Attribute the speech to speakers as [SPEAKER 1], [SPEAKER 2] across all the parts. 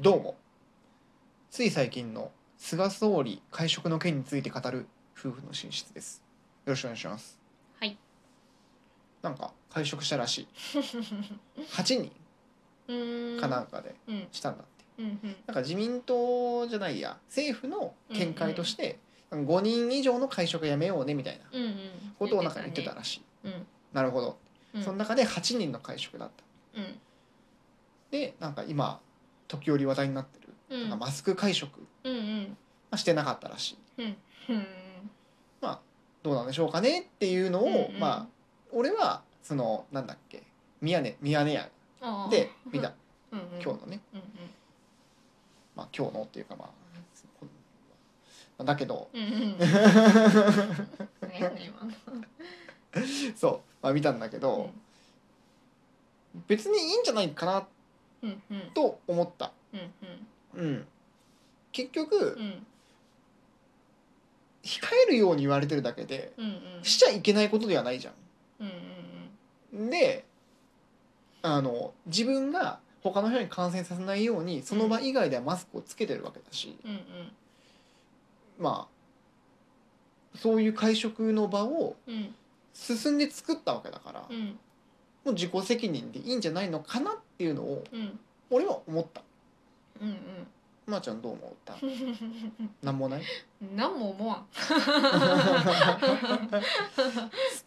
[SPEAKER 1] どうもつい最近の菅総理会食の件について語る夫婦の寝室ですよろしくお願いします
[SPEAKER 2] はい
[SPEAKER 1] なんか会食したらしい8
[SPEAKER 2] う
[SPEAKER 1] 人
[SPEAKER 2] ーん
[SPEAKER 1] かなんかで
[SPEAKER 2] うん
[SPEAKER 1] したんだって、
[SPEAKER 2] うんうん
[SPEAKER 1] なんか自民党じゃないや政府の見解として、5人以上の会食やめようねみたいな
[SPEAKER 2] うんうん
[SPEAKER 1] ことをなんか言ってた
[SPEAKER 2] ね
[SPEAKER 1] らしい、
[SPEAKER 2] うん
[SPEAKER 1] なるほど、
[SPEAKER 2] うん
[SPEAKER 1] その中で8人の会食だった
[SPEAKER 2] うん
[SPEAKER 1] でなんか今時折話題になってる、
[SPEAKER 2] うん
[SPEAKER 1] なんかマスク会食、ま
[SPEAKER 2] うんうん
[SPEAKER 1] あ、してなかったらしい
[SPEAKER 2] うんうん
[SPEAKER 1] どうなんでしょうかねっていうのを、
[SPEAKER 2] うんうん
[SPEAKER 1] まあ俺はそのなんだっけミヤネミヤネ屋
[SPEAKER 2] あー
[SPEAKER 1] で見た
[SPEAKER 2] うんうん
[SPEAKER 1] 今日のね、
[SPEAKER 2] うん
[SPEAKER 1] まあ、今日のっていうかまあだけど
[SPEAKER 2] うんうんうん何やねん今の
[SPEAKER 1] そう、まあ、見たんだけど、別にいいんじゃないかな
[SPEAKER 2] うんうん
[SPEAKER 1] と思った、
[SPEAKER 2] うん
[SPEAKER 1] うん、結局、
[SPEAKER 2] うんうん
[SPEAKER 1] 控えるように言われてるだけで
[SPEAKER 2] うんうん
[SPEAKER 1] しちゃいけないことではないじゃん。
[SPEAKER 2] うん
[SPEAKER 1] であの自分が他の人に感染させないようにその場以外ではマスクをつけてるわけだし、
[SPEAKER 2] うんうんうん
[SPEAKER 1] まあそういう会食の場を
[SPEAKER 2] うん
[SPEAKER 1] 進んで作ったわけだから、も
[SPEAKER 2] う
[SPEAKER 1] う
[SPEAKER 2] ん
[SPEAKER 1] 自己責任でいいんじゃないのかなっていうのを
[SPEAKER 2] うん
[SPEAKER 1] 俺は思った。
[SPEAKER 2] うん
[SPEAKER 1] まー、ちゃんどう思った
[SPEAKER 2] うん
[SPEAKER 1] なんもない
[SPEAKER 2] 何も思わん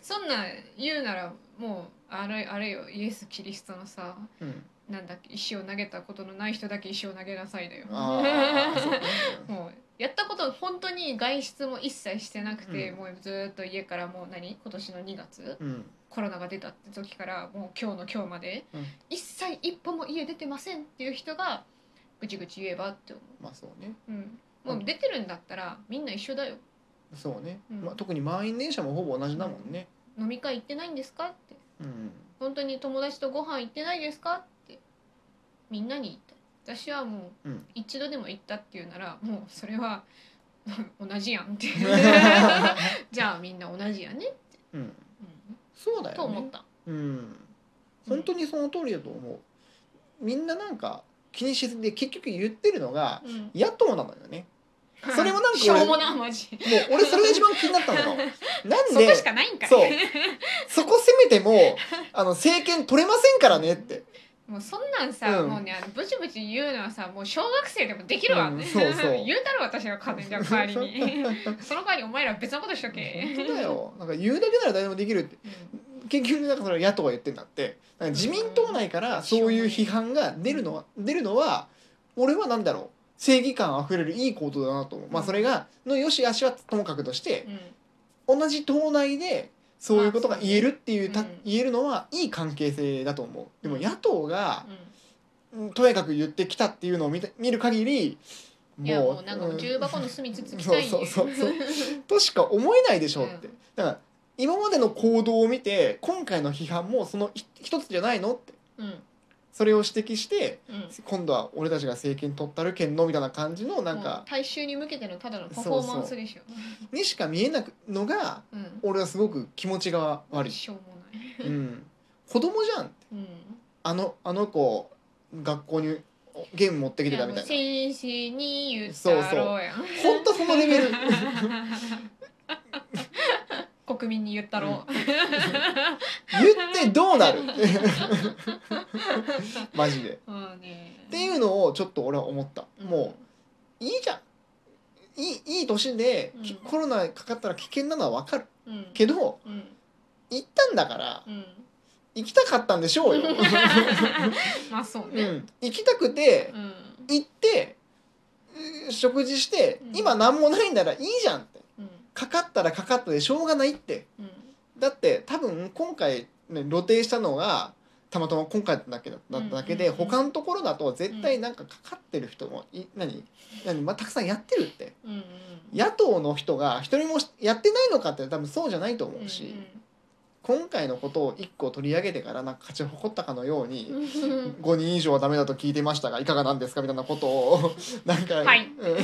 [SPEAKER 2] そんなん言うならもうあれあれよイエス・キリストのさ
[SPEAKER 1] うん、
[SPEAKER 2] なんだっけ石を投げたことのない人だけ石を投げなさいだよ。
[SPEAKER 1] ああそうね
[SPEAKER 2] もうやったこと本当に外出も一切してなくて、
[SPEAKER 1] うん
[SPEAKER 2] もうずーっと家からもう何今年の2月
[SPEAKER 1] うん
[SPEAKER 2] コロナが出たって時からもう今日の今日まで、
[SPEAKER 1] うん
[SPEAKER 2] 一切一歩も家出てませんっていう人がぐちぐち言えばって思
[SPEAKER 1] まあそうね
[SPEAKER 2] う、うん、もう出てるんだったらみんな一緒だよ
[SPEAKER 1] そうね、
[SPEAKER 2] うん
[SPEAKER 1] まあ、特に満員電車もほぼ同じだもんね。
[SPEAKER 2] 飲み会行ってないんですかって
[SPEAKER 1] うん
[SPEAKER 2] 本当に友達とご飯行ってないですかってみんなに言った私はもう、
[SPEAKER 1] うん
[SPEAKER 2] 一度でも行ったっていうならもうそれは同じや んっていうじゃあみんな同じやね、
[SPEAKER 1] うん、
[SPEAKER 2] うん
[SPEAKER 1] そうだよね。
[SPEAKER 2] と思った、
[SPEAKER 1] うん、本当にその通りだと思う。みんななんか気にしずで結局言ってるのが
[SPEAKER 2] うん、
[SPEAKER 1] 野党なのよね。それもなんか俺
[SPEAKER 2] しょうもなマジ
[SPEAKER 1] もう俺それが一番気になったの よ。なん
[SPEAKER 2] そこ
[SPEAKER 1] で
[SPEAKER 2] しかないんかい
[SPEAKER 1] そうそこ攻めて もあの政権取れませんからねって。
[SPEAKER 2] もうそんなんさ、
[SPEAKER 1] うん
[SPEAKER 2] もうねあのブチブチ言うのはさもう小学生でもできるわ、
[SPEAKER 1] うんそうそう
[SPEAKER 2] 言うたろ私が勝手にじゃあ代わ りにその代わりお前ら別のことしとけ、
[SPEAKER 1] 本当だよ。なんか言うだけなら誰でもできるって。
[SPEAKER 2] うん
[SPEAKER 1] 結局なんかそれは野党が言ってんだって。なんか自民党内からそういう批判が出るのは出るのは俺はなんだろう。正義感あふれるいい行動だなと思う。まあそれがの良し悪しはともかくとして、
[SPEAKER 2] うん
[SPEAKER 1] 同じ党内でそういうことが言えるっていう,、
[SPEAKER 2] ま
[SPEAKER 1] た
[SPEAKER 2] あそうねうん
[SPEAKER 1] 言えるのはいい関係性だと思うでも野党が
[SPEAKER 2] うん
[SPEAKER 1] うんとやかく言ってきたっていうのを見て見る限り
[SPEAKER 2] いやもうなんか
[SPEAKER 1] うん
[SPEAKER 2] 重箱の隅つつきたいん
[SPEAKER 1] そうそうそうそう
[SPEAKER 2] う
[SPEAKER 1] としか思えないでしょうって、
[SPEAKER 2] うん
[SPEAKER 1] だから今までの行動を見て今回の批判もその一一つじゃないのって
[SPEAKER 2] うん
[SPEAKER 1] それを指摘して
[SPEAKER 2] うん
[SPEAKER 1] 今度は俺たちが政権取ったるけんのみたいな感じのなん
[SPEAKER 2] もう
[SPEAKER 1] か
[SPEAKER 2] 大衆に向けてのただのパフォーマンスでしょ
[SPEAKER 1] にしか見えなくのが
[SPEAKER 2] う
[SPEAKER 1] 俺はすごく気持ちが悪
[SPEAKER 2] ん
[SPEAKER 1] い、
[SPEAKER 2] しょうもない
[SPEAKER 1] うん、子供じゃんって
[SPEAKER 2] うん
[SPEAKER 1] あのあの子学校におゲーム持ってきてたみたいな
[SPEAKER 2] 先生に言ったろうやん
[SPEAKER 1] 本当そのレベル
[SPEAKER 2] 国民に言ったろう
[SPEAKER 1] 言ってどうなるマジで。
[SPEAKER 2] まあね
[SPEAKER 1] っていうのをちょっと俺は思った、
[SPEAKER 2] うん
[SPEAKER 1] もういいじゃんいいいい年で、き
[SPEAKER 2] うん
[SPEAKER 1] コロナかかったら危険なのは分かる
[SPEAKER 2] うん
[SPEAKER 1] けど
[SPEAKER 2] うん
[SPEAKER 1] 行ったんだから
[SPEAKER 2] うん
[SPEAKER 1] 行きたかったんでし ょうよ、
[SPEAKER 2] まあそう
[SPEAKER 1] う
[SPEAKER 2] ね
[SPEAKER 1] ん、行きたくて
[SPEAKER 2] うん
[SPEAKER 1] 行ってうん食事して、
[SPEAKER 2] うん
[SPEAKER 1] 今何もないならいいじゃんって
[SPEAKER 2] うん
[SPEAKER 1] かかったらかかったでしょうがないって
[SPEAKER 2] うん
[SPEAKER 1] だって多分今回、ね、露呈したのがたまたま今回だけだだっただけで、
[SPEAKER 2] うんうんうん
[SPEAKER 1] 他のところだと絶対なんかかかってる人もい何何、まあ、たくさんやってるって
[SPEAKER 2] うんうん
[SPEAKER 1] 野党の人が一人もやってないのかって多分そうじゃないと思うし、今回のことを一個取り上げてからなんか勝ち誇ったかのよう
[SPEAKER 2] う
[SPEAKER 1] に、
[SPEAKER 2] んうん
[SPEAKER 1] 5人以上はダメだと聞いてましたがいかがなんですかみたいなこと をなんか、
[SPEAKER 2] はい
[SPEAKER 1] うん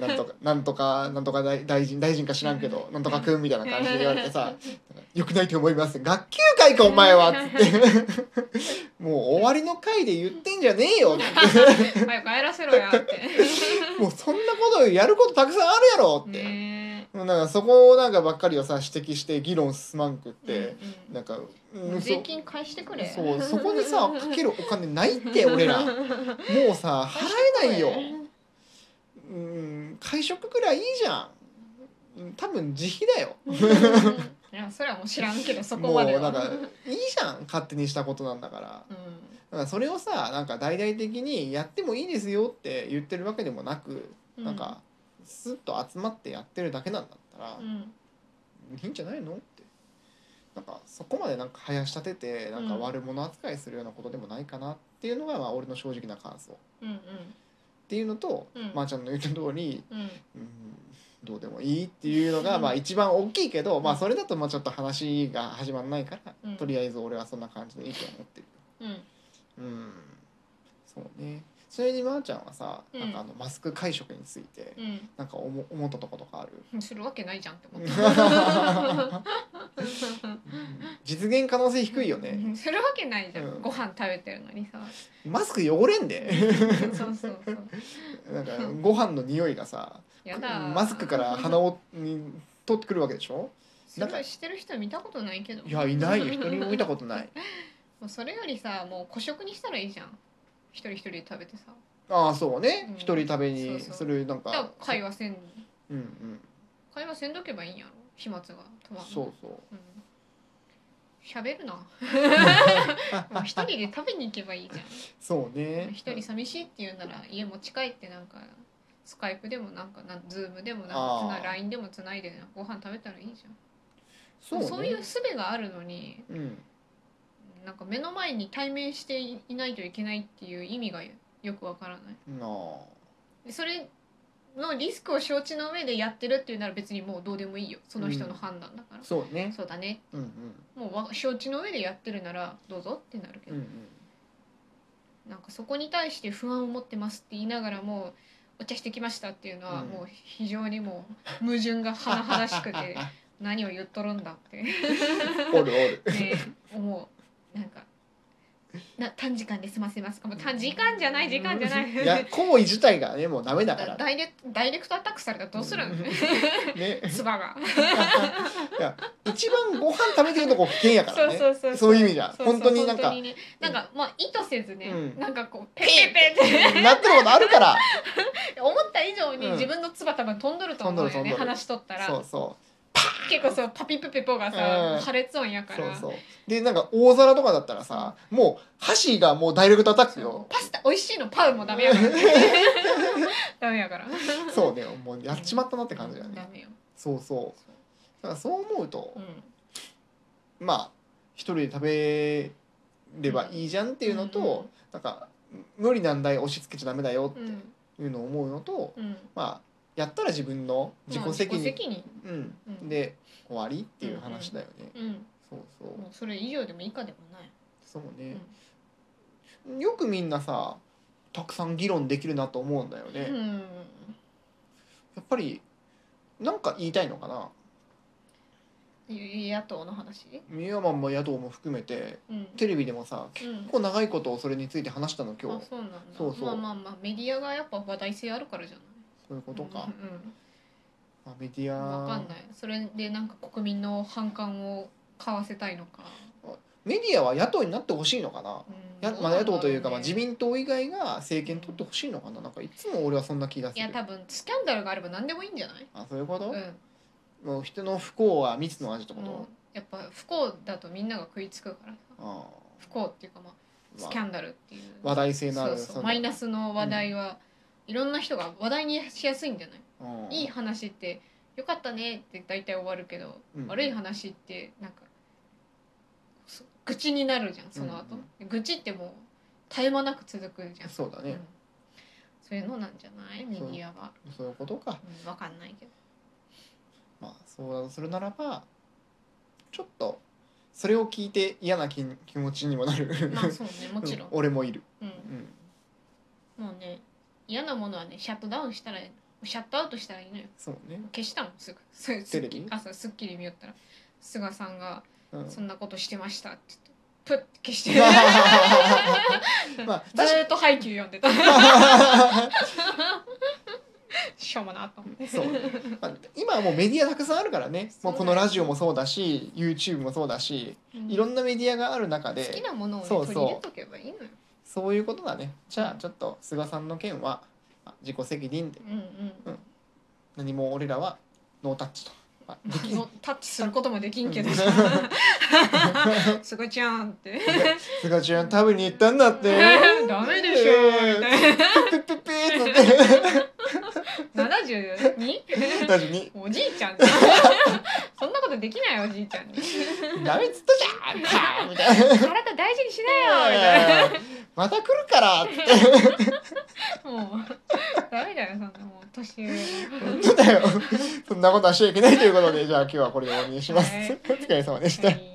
[SPEAKER 1] なんとかなんとかなんとか大大臣大臣か知らんけどなんとかくんみたいな感じで言われてさなんか良くないと思います学級会かお前 は」つって「もう終わりの会で言ってんじゃねえよ」
[SPEAKER 2] 早く帰らせろやって。
[SPEAKER 1] もうそんなことやることたくさんあるやろ」って。
[SPEAKER 2] ね
[SPEAKER 1] なんかそこなんかばっかりをさ指摘して議論進まんくっ
[SPEAKER 2] えうん
[SPEAKER 1] て、
[SPEAKER 2] うん
[SPEAKER 1] なんか、う、
[SPEAKER 2] もうん税金返してくれ。
[SPEAKER 1] そうそこにさかけるお金ないって俺 らもうさ払えないよ、うん、会食くらいいいじゃんうん多分自費だよ
[SPEAKER 2] いやそれはもう知らんけどそこ
[SPEAKER 1] も
[SPEAKER 2] まで
[SPEAKER 1] うな
[SPEAKER 2] は。
[SPEAKER 1] んかいいじゃん勝手にしたことなんだからだか
[SPEAKER 2] うん
[SPEAKER 1] らそれをさなんか大々的にやってもいいですよって言ってるわけでもなく、
[SPEAKER 2] う
[SPEAKER 1] なんかスッと集まってやってるだけなんだったら、
[SPEAKER 2] うん
[SPEAKER 1] いいんじゃないのってなんかそこまでなんか林立ててなんか
[SPEAKER 2] うん
[SPEAKER 1] 悪者扱いするようなことでもないかなっていうのがまあ俺の正直な感想っ
[SPEAKER 2] うんうん
[SPEAKER 1] ていうのと、
[SPEAKER 2] うん
[SPEAKER 1] まーちゃんの言った通り、
[SPEAKER 2] うん
[SPEAKER 1] うん、どうでもいいっていうのが
[SPEAKER 2] うん
[SPEAKER 1] まあ一番大きいけど、まあ
[SPEAKER 2] うん
[SPEAKER 1] それだとまあちょっと話が始まんないから、
[SPEAKER 2] うん
[SPEAKER 1] とりあえず俺はそんな感じの意見を持ってる。
[SPEAKER 2] うん
[SPEAKER 1] うんそうねそれにまーちゃんはさ、
[SPEAKER 2] うん
[SPEAKER 1] なんかあのマスク会食について、なんか思思ったとことかある、
[SPEAKER 2] うんするわけないじゃんって思って。
[SPEAKER 1] うん実現可能性低いよね。
[SPEAKER 2] うんするわけないじゃん、
[SPEAKER 1] うん
[SPEAKER 2] ご飯食べてるのにさ
[SPEAKER 1] マスク汚れんで
[SPEAKER 2] そうそうそう
[SPEAKER 1] なんかご飯の匂いがさ
[SPEAKER 2] やだ
[SPEAKER 1] マスクから鼻をに取ってくるわけでしょ
[SPEAKER 2] それしてる人見たことないけど
[SPEAKER 1] いやいないよ一人も見たことない
[SPEAKER 2] もうそれよりさもう個食にしたらいいじゃん一人一人で食べてさ
[SPEAKER 1] ああそうね
[SPEAKER 2] うん
[SPEAKER 1] 一、人食べ
[SPEAKER 2] そう
[SPEAKER 1] に
[SPEAKER 2] そう
[SPEAKER 1] するなん
[SPEAKER 2] だから
[SPEAKER 1] か
[SPEAKER 2] 会話せん
[SPEAKER 1] うんうん
[SPEAKER 2] 会話せんどけばいいんやろ飛沫が止まんの
[SPEAKER 1] そうそう
[SPEAKER 2] うん 喋るなもう一人で食べに行けばいいじ
[SPEAKER 1] そう
[SPEAKER 2] ゃん
[SPEAKER 1] ね
[SPEAKER 2] 一人寂しいって言うなら家持ち帰ってなんかスカイプでもなんかなんズームでもなんかつ
[SPEAKER 1] あ
[SPEAKER 2] な
[SPEAKER 1] ー
[SPEAKER 2] LINE でもつないでご飯食べたらいいじゃん
[SPEAKER 1] そ
[SPEAKER 2] そうう,、
[SPEAKER 1] ね
[SPEAKER 2] いう術があるのに
[SPEAKER 1] うん
[SPEAKER 2] なんか目の前に対面していないといけないっていう意味がよくわからない
[SPEAKER 1] なあ
[SPEAKER 2] でそれのリスクを承知の上でやってるっていうなら別にもうどうでもいいよその人の判断だから、
[SPEAKER 1] そうね
[SPEAKER 2] そうだね
[SPEAKER 1] うんうん
[SPEAKER 2] もうわ承知の上でやってるならどうぞってなるけ
[SPEAKER 1] う
[SPEAKER 2] ど、
[SPEAKER 1] んうん
[SPEAKER 2] なんかそこに対して不安を持ってますって言いながらもお茶してきましたっていうのは
[SPEAKER 1] うん
[SPEAKER 2] もう非常にもう矛盾が甚だしくて何を言っとるんだって
[SPEAKER 1] おるおる
[SPEAKER 2] ね 思うなんかな短時間で済ませますかもう短時間じゃない時間じゃない
[SPEAKER 1] いや行為自体がねもうダメだから
[SPEAKER 2] ダイレダイレクトアタックされたらどうす るの
[SPEAKER 1] うんね
[SPEAKER 2] 唾が
[SPEAKER 1] いや一番ご飯食べてるとこ危険やからね
[SPEAKER 2] そうそうそう
[SPEAKER 1] そういう意味じゃん
[SPEAKER 2] そうそう
[SPEAKER 1] 本当になんか
[SPEAKER 2] 本当ねなんかまあ意図せずね、
[SPEAKER 1] うん
[SPEAKER 2] なんかこうペペペっ て
[SPEAKER 1] なってることあるから
[SPEAKER 2] 思った以上に
[SPEAKER 1] うん
[SPEAKER 2] 自分の唾多分飛んどると思う
[SPEAKER 1] 飛
[SPEAKER 2] よ
[SPEAKER 1] んど
[SPEAKER 2] ね
[SPEAKER 1] る飛んどる
[SPEAKER 2] 話しとったら
[SPEAKER 1] そうそう
[SPEAKER 2] 結構そうパピプペポ
[SPEAKER 1] う
[SPEAKER 2] が
[SPEAKER 1] ん
[SPEAKER 2] さ破裂音やか
[SPEAKER 1] そう
[SPEAKER 2] ら
[SPEAKER 1] そうでなんか大皿とかだったらさもう箸がもうダイレクトアタック よ
[SPEAKER 2] パスタ美味しいのパウもダメやから ダメやから
[SPEAKER 1] そうねもうやっちまったなって感じだよ
[SPEAKER 2] ダ
[SPEAKER 1] ね
[SPEAKER 2] メよ、
[SPEAKER 1] そうそうだからそう思うと
[SPEAKER 2] うん
[SPEAKER 1] まあ一人で食べればいいじゃんっていうの
[SPEAKER 2] うんうん
[SPEAKER 1] となんか無理難題押し付けちゃダメだよ
[SPEAKER 2] うん
[SPEAKER 1] っていうのを思うのと
[SPEAKER 2] うん、
[SPEAKER 1] まあやったら自分の自己責
[SPEAKER 2] まあ自
[SPEAKER 1] 任
[SPEAKER 2] 己責任
[SPEAKER 1] うんで終わりっていう話だよね
[SPEAKER 2] うん
[SPEAKER 1] そうそう
[SPEAKER 2] もうそれ以上でも以下でもない
[SPEAKER 1] そうねよくみんなさたくさん議論できるなと思うんだよね、
[SPEAKER 2] う
[SPEAKER 1] や
[SPEAKER 2] ん
[SPEAKER 1] っぱりなんか言いたいのかな
[SPEAKER 2] 野党の話
[SPEAKER 1] ミヤマンも野党も含めて
[SPEAKER 2] うん
[SPEAKER 1] テレビでもさ結
[SPEAKER 2] うん
[SPEAKER 1] 構長いことをそれについて話したの今
[SPEAKER 2] あ
[SPEAKER 1] 日
[SPEAKER 2] そうなんだ
[SPEAKER 1] そうそう
[SPEAKER 2] まあまあまあメディアがやっぱ話題性あるからじゃない
[SPEAKER 1] そういうことか、
[SPEAKER 2] う
[SPEAKER 1] まあ、メディ
[SPEAKER 2] んうん、わか
[SPEAKER 1] ア
[SPEAKER 2] んないそれでなんか国民の反感を買わせたいのか、
[SPEAKER 1] メディアは野党になってほしいのかな
[SPEAKER 2] うん
[SPEAKER 1] や、まあ、野党というか、まあ、自
[SPEAKER 2] い
[SPEAKER 1] 民党以外が政権取ってほしいのかななんかいつも俺はそんな気がする
[SPEAKER 2] や多分スキャンダルがあれば何でもいいんじゃない、
[SPEAKER 1] あそういうこと、
[SPEAKER 2] うん
[SPEAKER 1] もう人の不幸は未知の味ってこ
[SPEAKER 2] も
[SPEAKER 1] と、
[SPEAKER 2] うやっぱ不幸だとみんなが食いつくからさ
[SPEAKER 1] あ
[SPEAKER 2] 不幸っていうかまあ
[SPEAKER 1] あ
[SPEAKER 2] スキャンダルっていう、
[SPEAKER 1] まあ話題性のある
[SPEAKER 2] そうそ
[SPEAKER 1] の
[SPEAKER 2] うマイナスの話題は、いろんな人が話題にしやすいんじゃない、
[SPEAKER 1] うん
[SPEAKER 2] いい話って「よかったね」って大体終わるけど、
[SPEAKER 1] うん
[SPEAKER 2] 悪い話ってなんかそ愚痴になるじゃんその後、
[SPEAKER 1] うん
[SPEAKER 2] 愚痴ってもう絶え間なく続くじゃん
[SPEAKER 1] そうだ
[SPEAKER 2] う
[SPEAKER 1] ね
[SPEAKER 2] ん、そういうのなんじゃないメデ
[SPEAKER 1] そう
[SPEAKER 2] ィアは、
[SPEAKER 1] そういうことか
[SPEAKER 2] うん、わかんないけど
[SPEAKER 1] まあそうだとするならばちょっとそれを聞いて嫌な気気持ちにもなる
[SPEAKER 2] まあそうねもちろん、
[SPEAKER 1] 俺もいる、
[SPEAKER 2] うん
[SPEAKER 1] うん、
[SPEAKER 2] もうね嫌なものはねシャットダウンしたらシャットアウトしたらいいのよ
[SPEAKER 1] そうね
[SPEAKER 2] 消したもんすぐそう
[SPEAKER 1] テレビ
[SPEAKER 2] 朝『スッキリ』見よったら菅さんが
[SPEAKER 1] うん
[SPEAKER 2] 「そんなことしてました」って言ってプッて消し て
[SPEAKER 1] まあ
[SPEAKER 2] ずーっとハイキュー読んでた しょうもなと思って
[SPEAKER 1] そうまあ今はもうメディアたくさんあるからね
[SPEAKER 2] そうだよ
[SPEAKER 1] もうこのラジオもそうだし YouTube もそうだしいろんなメディアがある中
[SPEAKER 2] 好
[SPEAKER 1] で
[SPEAKER 2] きなものを、ね、
[SPEAKER 1] そうそう
[SPEAKER 2] 取り入れとけばいいのよ、
[SPEAKER 1] そういうことだねじゃあちょっと菅さんの件はあ自己責任で
[SPEAKER 2] うんうん
[SPEAKER 1] 何も俺らはノータッチと、まあ、できず
[SPEAKER 2] のタッチすることもできんけどさ「 すごいじゃん」って
[SPEAKER 1] 菅ちゃん食べに行ったんだっ
[SPEAKER 2] 「
[SPEAKER 1] て
[SPEAKER 2] ダメでしょ」みたいな
[SPEAKER 1] ピッピッピッつって
[SPEAKER 2] 72?
[SPEAKER 1] 確かに
[SPEAKER 2] おじいちゃんじゃんそんなことできないおじいちゃんに
[SPEAKER 1] ダメっつったじゃんパーみたいな
[SPEAKER 2] 体大事にしなよみたい
[SPEAKER 1] また来るからって
[SPEAKER 2] なもうダメだよそんなもう年上の
[SPEAKER 1] 本当だよそんなことはしちゃいけないということでじゃあ今日はこれで終わりにします、
[SPEAKER 2] はい
[SPEAKER 1] お疲れ様でした
[SPEAKER 2] はい